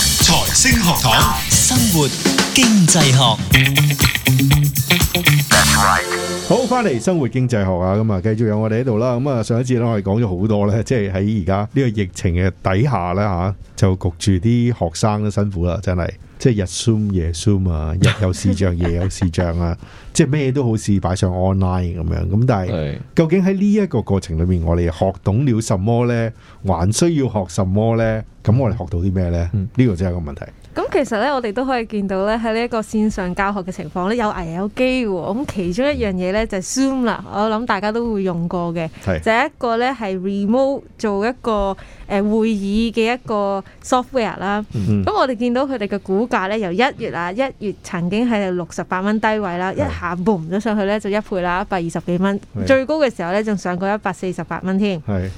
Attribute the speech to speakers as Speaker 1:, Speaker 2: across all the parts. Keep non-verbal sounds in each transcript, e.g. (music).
Speaker 1: 星學堂，
Speaker 2: 生活經濟學，
Speaker 3: (laughs) 好，翻嚟生活經濟學啊，咁啊，繼續有我哋喺度啦。咁啊，上一次咧，我哋講咗好多咧，即係喺而家呢個疫情嘅底下咧，吓就焗住啲學生都辛苦啦，真係，即係日 zoom 夜 zoom 啊，
Speaker 4: (laughs)
Speaker 3: 日有視像，夜有視像啊，即係咩都好似擺上 online 咁樣。咁但係
Speaker 4: 係
Speaker 3: 究竟喺呢一個過程裏面，我哋學懂了什麼呢？還需要學什麼呢？咁我哋學到啲咩呢？呢個真係一個問題。
Speaker 5: 咁其實咧，我哋都可以見到咧，喺呢一個線上教學嘅情況咧，有危有機喎。咁其中一樣嘢咧就係 Zoom 啦，我諗大家都會用過嘅，
Speaker 3: 係
Speaker 5: 就係一個咧係 remote 做一個誒會議嘅一個 software 啦。
Speaker 3: 嗯
Speaker 5: 咁我哋見到佢哋嘅股價咧，由一月啊，一月曾經係六十八蚊低位啦，一下 boom 咗上去咧就一倍啦，一百二十幾蚊
Speaker 3: 係，
Speaker 5: 最高嘅時候咧仲上過一百四十八蚊添。
Speaker 3: 係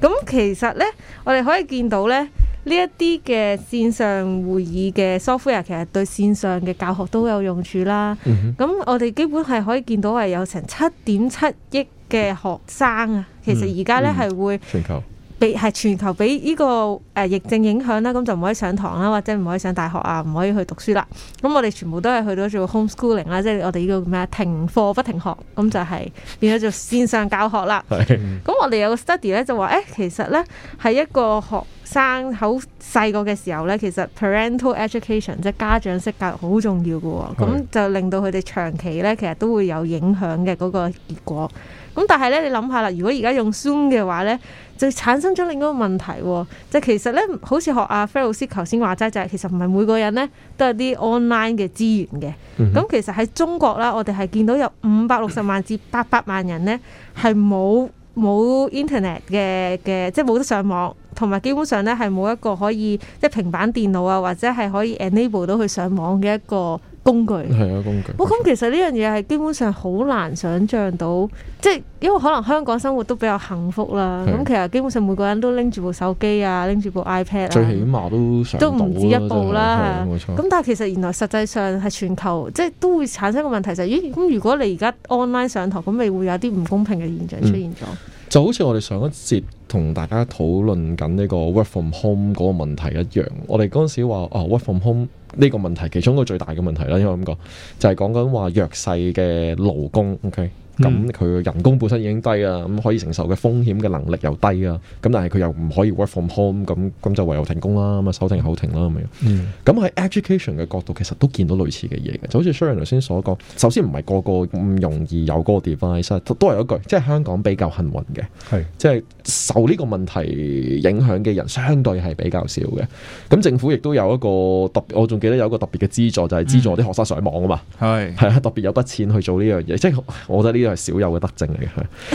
Speaker 5: 咁其實呢，我哋可以見到呢，呢一啲嘅線上會議嘅 software 其實對線上嘅教學都有用處啦。
Speaker 3: 嗯
Speaker 5: 咁、我哋基本係可以見到係有成七點七億嘅學生啊，其實而家呢係會
Speaker 4: 全球
Speaker 5: 被係全球俾呢個誒疫症影響啦，咁就唔可以上堂啦，或者唔可以上大學啊，唔可以去讀書啦。咁我哋全部都係去到做 homeschooling 啦，即係我哋呢個叫咩啊停課不停學，咁就係變咗做線上教學啦。
Speaker 3: 嗯
Speaker 4: 係
Speaker 5: 咁我哋有個 study 咧就話，誒、其實咧係一個學生好細個嘅時候咧，其實 parental education 即係家長式教育好重要嘅喎、咁就令到佢哋長期咧其實都會有影響嘅嗰個結果。咁但係咧，你諗下啦，如果而家用 Zoom 嘅話咧，就產生咗另一個問題喎、就其實咧，好似學阿 Fer 老師頭先話齋，就係、其實唔係每個人咧都有啲 online 嘅資源嘅。
Speaker 4: 嗯
Speaker 5: 咁、其實喺中國啦，我哋係見到有五百六十萬至八百萬人咧係冇冇 internet 嘅嘅，即係冇得上網，同埋基本上咧係冇一個可以即係平板電腦啊，或者係可以 enable 到佢上網嘅一個工具。
Speaker 4: 係啊工具。
Speaker 5: 哇！咁其實呢樣嘢係基本上好難想像到，即係因為可能香港生活都比較幸福啦。
Speaker 4: 係
Speaker 5: 咁其實基本上每個人都拎住部手機啊，拎住部 iPad 啊，
Speaker 4: 最起碼都上
Speaker 5: 都唔止一步
Speaker 4: 步
Speaker 5: 啦，
Speaker 4: 冇錯。
Speaker 5: 咁但係其實原來實際上係全球，即係都會產生個問題就係、咦咁如果你而家 online 上堂，咁咪會有啲唔公平嘅現
Speaker 4: 嗯
Speaker 5: 象出現咗。
Speaker 4: 就好似我哋上一節同大家討論緊呢個 work from home 嗰個問題一樣，我哋嗰陣時話啊 work from home 呢個問題其中一個最大嘅問題啦，應該咁講，就係講緊話弱勢嘅勞工，OK。咁佢嘅人工本身已經低啊，咁可以承受嘅風險嘅能力又低啊，咁但係佢又唔可以 work from home，咁咁就唯有停工啦，咁啊手停口停啦咁樣。咁喺 education 嘅角度，其實都見到類似嘅嘢嘅，就好似 Sharon 頭先所講，首先唔係個個咁容易有嗰個 device，都啊都係一句，即係香港比較幸運嘅，
Speaker 3: 係
Speaker 4: 即係受呢個問題影響嘅人相對係比較少嘅。咁政府亦都有一個特別，我仲記得有一個特別嘅資助，就係、資助啲學生上網啊嘛。
Speaker 1: 係
Speaker 4: 係啊，特別有筆錢去做呢樣嘢，即係我覺得呢個係少有嘅德政嚟嘅。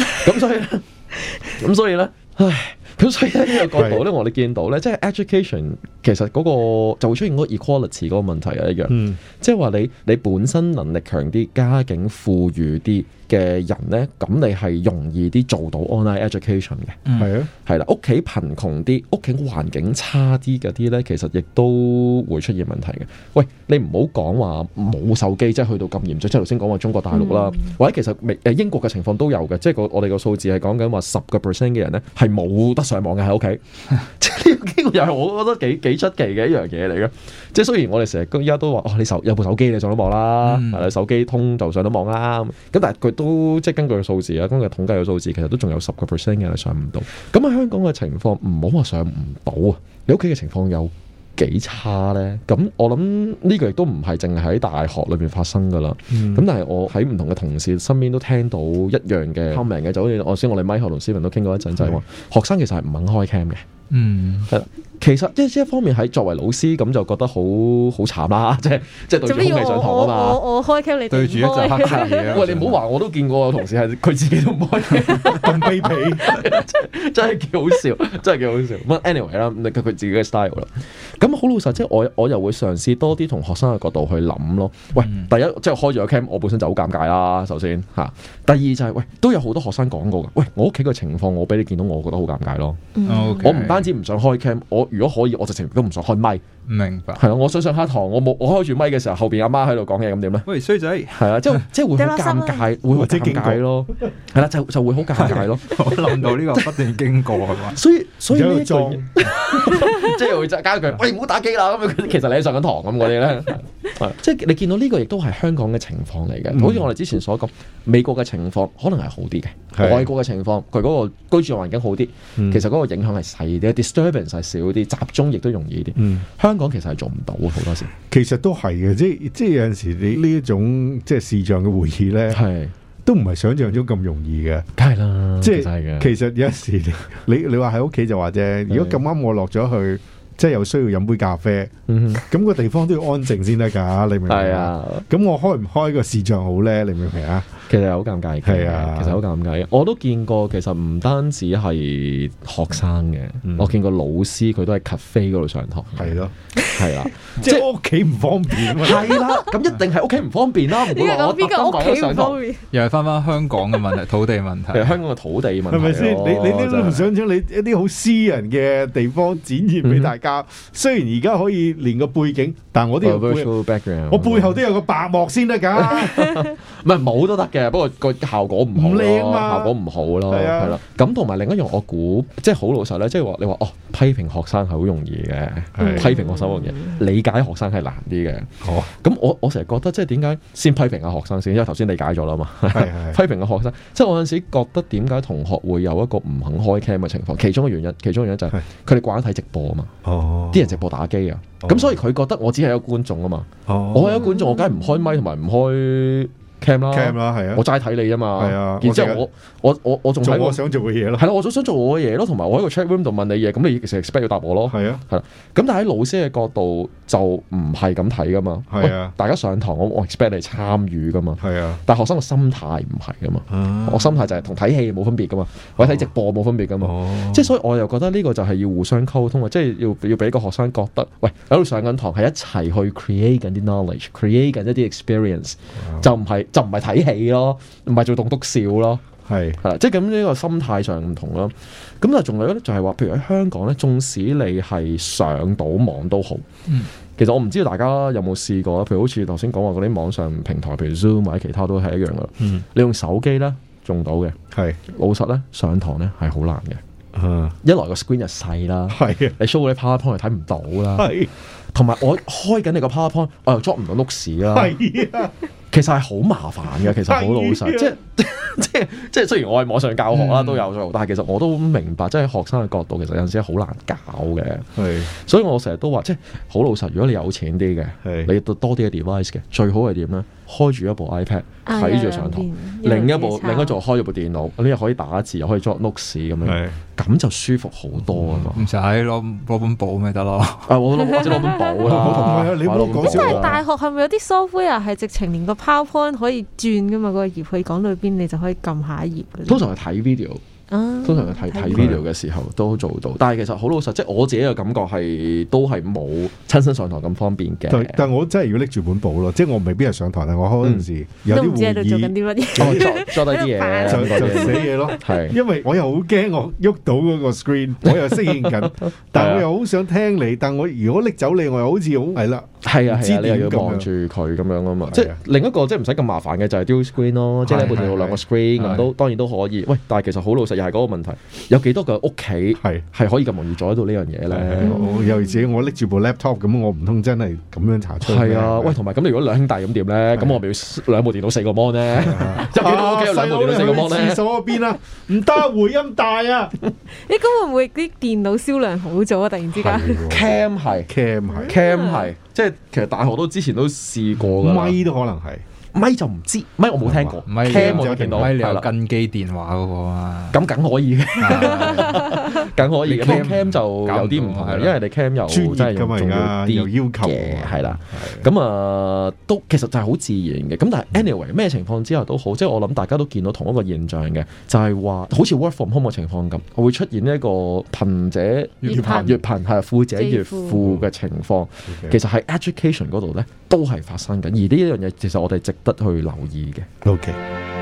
Speaker 4: 係咁所以咧，咁所以咧，唉，咁所以喺呢個角度咧，我哋見到咧，即係 education 其實嗰、個就會出現嗰個 equality 嗰個問題啊一樣。
Speaker 3: 嗯
Speaker 4: 即係話你你本身能力強啲、家境富裕啲嘅人咧，咁你係容易啲做到 online education 嘅。
Speaker 3: 係啊，
Speaker 4: 係啦，屋企貧窮啲、屋企環境差啲嗰啲呢，其實亦都會出現問題嘅。喂，你唔好講話冇手機，即係去到咁嚴重，即係頭先講話中國大陸啦，或者其實美誒英國嘅情況都有嘅，即係個我哋個數字係講緊話十個 percent 嘅人呢係冇得上網嘅喺屋企， (laughs) 即係呢個呢個又係我覺得幾幾出奇嘅一樣嘢嚟嘅。即係雖然我哋成日都依家都話哦，你手有部手機你上到網啦，
Speaker 1: 嗯
Speaker 4: 係啦、手機通就上到網啦。咁但係佢都即係根據數字啊，根據統計嘅數字，其實都仲有十個 percent 嘅人係上唔到。咁喺香港嘅情況，唔好話上唔到啊，你屋企嘅情況有幾差呢？咁我諗呢個亦都唔係淨係喺大學裏面發生㗎啦。咁但係我喺唔同嘅同事身邊都聽到一樣嘅 comment 嘅，就好似我先我哋 Michael 同 Steven 都傾過一陣，就係話學生其實係唔肯開 cam 嘅。
Speaker 1: 嗯，
Speaker 4: 係啦其實即係一方面喺作為老師咁就覺得好好慘啦， (laughs) 即係即係對
Speaker 5: 做
Speaker 4: 住
Speaker 5: 咩
Speaker 4: 空
Speaker 5: 要
Speaker 4: 氣上堂
Speaker 5: 我我
Speaker 4: 啊嘛。
Speaker 5: 我我開 cam 你哋
Speaker 1: 對住一隻
Speaker 5: 唔開
Speaker 1: 黑
Speaker 5: (laughs)
Speaker 1: 色嘢啊，
Speaker 4: 喂，你唔好話，我都見過有同事係佢自己都唔
Speaker 5: (laughs)
Speaker 4: 開 cam，
Speaker 3: 咁卑鄙。
Speaker 4: (laughs) 真係幾好笑，真係幾好笑。咁啊 anyway 啦，咁佢佢自己嘅 style 啦。咁好老實，即係我我又會嘗試多啲同學生嘅角度去諗咯。喂，第一即係開咗個 cam，我本身就好尷尬啦，首先嚇。第二就係、喂，都有好多學生講過嘅。喂，我屋企嘅情況，我俾你見到，我覺得好尷尬咯。
Speaker 1: OK
Speaker 4: 我唔單止唔想開 cam，我如果可以，我直情都唔想開咪。
Speaker 1: 明白。
Speaker 4: 係啊，我想上下堂，我冇我開住咪嘅時候，後邊阿媽喺度講嘢，咁點咧？
Speaker 1: 喂，衰仔，
Speaker 4: 係啊，即係即係會好尷尬，會好
Speaker 3: 或者
Speaker 4: 尷
Speaker 3: 警告
Speaker 4: 尬咯。係啦，就就會
Speaker 3: (laughs)
Speaker 4: 好尷尬咯。
Speaker 1: 我諗到呢個不斷經過係嘛？
Speaker 4: 所以所以
Speaker 3: 有
Speaker 4: 呢
Speaker 3: 一
Speaker 4: 一
Speaker 3: 個裝
Speaker 4: 句 (laughs) 即係會加一句：喂，唔好打機啦！咁樣其實你喺上緊堂咁嗰啲咧，
Speaker 3: (laughs)
Speaker 4: 係即係你見到呢個亦都係香港嘅情況嚟
Speaker 3: 嗯
Speaker 4: 嘅。好似我哋之前所講，美國嘅情況可能係好啲
Speaker 3: 係
Speaker 4: 嘅，外國嘅情況佢嗰個居住環境好啲，
Speaker 3: 嗯
Speaker 4: 其實嗰個影響係細啲，disturbance 係少啲，集中亦都容易啲。
Speaker 3: 嗯
Speaker 4: 香港其實係做唔到嘅好多時，
Speaker 3: 其實都係嘅，即係即係有陣時你呢一種即係視像嘅會議咧，
Speaker 4: 係
Speaker 3: 都唔係想象中咁容易嘅。
Speaker 4: 梗係啦，
Speaker 3: 即
Speaker 4: 其實係
Speaker 3: 係
Speaker 4: 嘅，
Speaker 3: 其實有陣時你 (laughs) 你你話喺屋企就話啫，如果咁啱我落咗去，即係有需要飲杯咖啡，
Speaker 4: 嗯哼
Speaker 3: 咁個地方都要安靜先得㗎，你明唔明？
Speaker 4: 係，啊。
Speaker 3: 咁我開唔開個視像好咧？你明唔明啊？
Speaker 4: 其實係好尷尬嘅，
Speaker 3: 係啊
Speaker 4: 其實好尷尬嘅。我都見過，其實唔單止係學生嘅，
Speaker 3: 嗯
Speaker 4: 我見過老師佢都喺 cafe 嗰度上堂，
Speaker 3: 係咯，
Speaker 4: 係
Speaker 3: (laughs)
Speaker 4: 啦，
Speaker 3: 即係屋企唔方便啊嘛。
Speaker 4: 係啦，咁一定係屋企唔
Speaker 3: (laughs)
Speaker 4: 方便啦，唔
Speaker 5: 點
Speaker 4: 會
Speaker 5: 解
Speaker 4: 話我
Speaker 5: 講邊
Speaker 4: 特
Speaker 5: 個
Speaker 4: 登為
Speaker 5: 屋
Speaker 4: 咗
Speaker 5: 企唔
Speaker 4: 上堂
Speaker 5: 方。便？
Speaker 1: 又係翻翻香港嘅問題，土地問題
Speaker 4: 其。實香港嘅土地問題
Speaker 3: 係咪先？你你你都唔
Speaker 4: 咯真係啊
Speaker 3: 想將你一啲好私人嘅地方展現俾大
Speaker 4: 嗯
Speaker 3: 家。雖然而家可以連個背景，但我都要背，
Speaker 4: virtual background，
Speaker 3: 我背後都有個白幕先得㗎。
Speaker 4: (laughs) 唔係冇都得嘅，不過個效果唔好
Speaker 3: 唔
Speaker 4: 咯
Speaker 3: 靚嘛
Speaker 4: 效果唔好咯，
Speaker 3: 係啊
Speaker 4: 係啦。咁同埋另一樣，我估即係好老實咧，即係話你話哦，批評學生係好容易嘅，
Speaker 3: 係
Speaker 4: 批評學生好容易，理解學生係難啲嘅。
Speaker 3: 哦，
Speaker 4: 咁我我成日覺得即係點解先批評下學生先，因為頭先理解咗啦嘛。
Speaker 3: 係係
Speaker 4: (laughs) 批評下學生，即係我有陣時覺得點解同學會有一個唔肯開 cam 嘅情況，其中嘅原因，其中嘅原因就係
Speaker 3: 係
Speaker 4: 佢哋慣咗睇直播啊嘛，
Speaker 3: 哦
Speaker 4: 啲人直播打機啊，
Speaker 3: 哦
Speaker 4: 咁所以佢覺得我只係一個觀眾啊嘛，我
Speaker 3: 我
Speaker 4: 係一個觀眾，我梗係唔開咪同埋唔開 cam 啦
Speaker 3: cam 啦，係啊
Speaker 4: 我，齋睇你啊嘛，
Speaker 3: 係啊
Speaker 4: 然之
Speaker 3: 我淨係
Speaker 4: 後我我我我仲
Speaker 3: 做
Speaker 4: 喺
Speaker 3: 我
Speaker 4: 個
Speaker 3: 想做嘅嘢咯，
Speaker 4: 係啦，我仲想做我嘅嘢咯，同埋我喺個 chat room 度問你嘢，咁你其實 expect 要答我咯。
Speaker 3: 係啊，
Speaker 4: 係啦，咁但喺老師嘅角度就唔係咁睇噶嘛。
Speaker 3: 係啊
Speaker 4: 喂大家上堂我我 expect 你參與噶嘛，
Speaker 3: 係啊，
Speaker 4: 但學生個心態唔係噶嘛。
Speaker 3: 啊
Speaker 4: 我心態就係同睇戲冇分別噶嘛，或者睇直播冇分別噶嘛。
Speaker 3: 哦
Speaker 4: 即係所以我又覺得呢個就係要互相溝通啊，即係要要俾個學生覺得，喂喺度上緊堂係一齊去 create 緊啲 knowledge，create 緊一啲 experience，就唔係就唔係睇戲咯，唔係做棟篤笑咯。
Speaker 3: 係
Speaker 4: 係啦，即係咁呢個心態上唔同咯。咁但係仲有咧，就係話，譬如喺香港咧，縱使你係上到網都好，
Speaker 1: 嗯
Speaker 4: 其實我唔知道大家有冇試過啦。譬如好似頭先講話嗰啲網上平台，譬如 Zoom 或者其他都係一樣噶啦。
Speaker 3: 嗯
Speaker 4: 你用手機咧用到嘅，
Speaker 3: 係
Speaker 4: 老實咧上堂咧係好難嘅。
Speaker 3: 啊
Speaker 4: 一來個 screen 又細啦，
Speaker 3: 係
Speaker 4: 你 show 嗰啲 PowerPoint 又睇唔到
Speaker 3: 啊
Speaker 4: 啦，
Speaker 3: 係
Speaker 4: 同埋我開緊你個 PowerPoint，我又 drop 唔到 notes 啦。
Speaker 3: 係啊
Speaker 4: 其實係好麻煩嘅，其實好老
Speaker 3: 係
Speaker 4: 實，
Speaker 3: 啊
Speaker 4: 即係 (laughs) 即係即係雖然我喺網上教學
Speaker 3: 嗯
Speaker 4: 啦都有做，但係其實我都明白，即係學生嘅角度，其實有陣時好難教嘅。
Speaker 3: 係
Speaker 4: 所以我成日都話，即係好老實，如果你有錢啲嘅，
Speaker 3: 係
Speaker 4: 你多多啲嘅 device 嘅，最好係點咧？開住一部 iPad
Speaker 5: 啊
Speaker 4: 睇住上堂
Speaker 5: 有，兩邊
Speaker 4: 另一
Speaker 5: 有
Speaker 4: 部
Speaker 5: 嘢抄
Speaker 4: 另一座開咗部電腦，你又可以打字，又可以作 notes 咁樣，
Speaker 3: 係
Speaker 4: 咁就舒服好多啊嘛。
Speaker 1: 唔使攞攞本簿咪得咯。
Speaker 4: 啊，
Speaker 3: (laughs)
Speaker 4: 我攞或者攞本簿啦，
Speaker 3: 唔係啊你唔好
Speaker 4: 攞本
Speaker 3: 講笑
Speaker 5: 但
Speaker 4: 簿
Speaker 3: 啊
Speaker 5: 係
Speaker 4: 啦
Speaker 5: 大學係咪有啲 software 係直情連個 PowerPoint 可以轉噶嘛？嗰個頁佢講到邊，你就可以撳下一頁嗰啲。
Speaker 4: 通常係睇 video。
Speaker 5: 啊
Speaker 4: 通常佢睇睇 video 嘅時候都做到，但係其實好老實，即係我自己嘅感覺係都係冇親身上堂咁方便嘅。
Speaker 3: 但但我真係要拎住本簿咯，即係我未必係上台，但我開嗰陣
Speaker 4: 嗯
Speaker 3: 時有
Speaker 5: 都
Speaker 3: 啲
Speaker 5: 唔知喺
Speaker 3: 會
Speaker 5: 度做緊
Speaker 3: 議
Speaker 5: 啲乜嘢。 (laughs)
Speaker 4: 哦，作作低啲
Speaker 3: (laughs)
Speaker 4: 嘢，
Speaker 3: 就
Speaker 4: 咁多
Speaker 3: 就
Speaker 4: 嘢
Speaker 3: 寫嘢咯。
Speaker 4: 係
Speaker 3: 因為我又好驚我喐到嗰個
Speaker 4: (laughs)
Speaker 3: screen，我又適應緊，但我又好想聽你，但我如果拎走你，我又好似好係啦，
Speaker 4: 係啊
Speaker 3: 唔知
Speaker 4: 係啊，你
Speaker 3: 點咁
Speaker 4: 又要
Speaker 3: 樣
Speaker 4: 望住佢咁樣啊嘛。
Speaker 3: 係啊
Speaker 4: 即係另一個即係唔使咁麻煩嘅就係 dual screen 咯，即係你部電
Speaker 3: 係係
Speaker 4: 腦兩個
Speaker 3: 係
Speaker 4: screen
Speaker 1: 係
Speaker 4: 咁都當然都可以。喂，但係其實好老實又係嗰個問題，有幾多個屋企
Speaker 3: 係。
Speaker 4: 係可以咁容易做得到呢樣嘢咧？
Speaker 3: 我尤其是我拎住部 laptop 咁，我唔通真係咁樣查出嚟咩？
Speaker 4: 係啊，喂，同埋咁你如果兩兄弟咁點咧？咁我咪要兩部電腦四個 mon (laughs) 咧？即係幾多屋企有兩部電腦四個 mon 咧
Speaker 3: 厕？所嗰邊啊，唔得回音大
Speaker 4: (laughs)
Speaker 3: 啊。
Speaker 5: 咦，咁會唔會啲電腦銷量好咗啊？突然之間，
Speaker 4: cam 係啊
Speaker 3: cam 係
Speaker 4: cam 係，即係其實大學都之前都試過噶啦。咪
Speaker 3: 咪都可能係，
Speaker 4: 咪就唔知，咪我冇聽過
Speaker 1: 咪你
Speaker 4: ，cam 我
Speaker 1: 有
Speaker 4: 就見到
Speaker 1: 咪你
Speaker 4: 係
Speaker 1: 有
Speaker 4: 啦。
Speaker 1: 跟機電話嗰個
Speaker 4: (laughs)
Speaker 1: 啊？
Speaker 4: 咁梗可以嘅，
Speaker 1: 啊
Speaker 4: 梗可以嘅。
Speaker 1: 你
Speaker 4: 不過
Speaker 1: cam
Speaker 4: cam 就有啲唔同
Speaker 1: 搞唔到係啦
Speaker 4: 嘅，因為你 cam 又
Speaker 3: 專業
Speaker 4: 真係
Speaker 3: 㗎嘛
Speaker 4: 用
Speaker 3: 而
Speaker 4: 重
Speaker 3: 家
Speaker 4: 啲
Speaker 3: 有要求
Speaker 4: 嘅，係啦。咁啊，都其實就係好自然嘅。咁
Speaker 5: 嗯
Speaker 4: 但係 anyway 咩情況之下都好，即係我諗大家都見到同一個現象嘅，就係話好似 work from home 嘅情況咁，會出現呢一個貧者
Speaker 5: 越貧
Speaker 4: 越貧係啊富者越
Speaker 5: 最富嗯
Speaker 4: 富嘅情況。
Speaker 3: OK
Speaker 4: 其實喺 education 嗰度咧都係發生緊，而呢一樣嘢其實我哋值得去留意嘅。
Speaker 3: OK。
Speaker 5: Hãy subscribe cho kênh Ghiền Mì Gõ Để không bỏ lỡ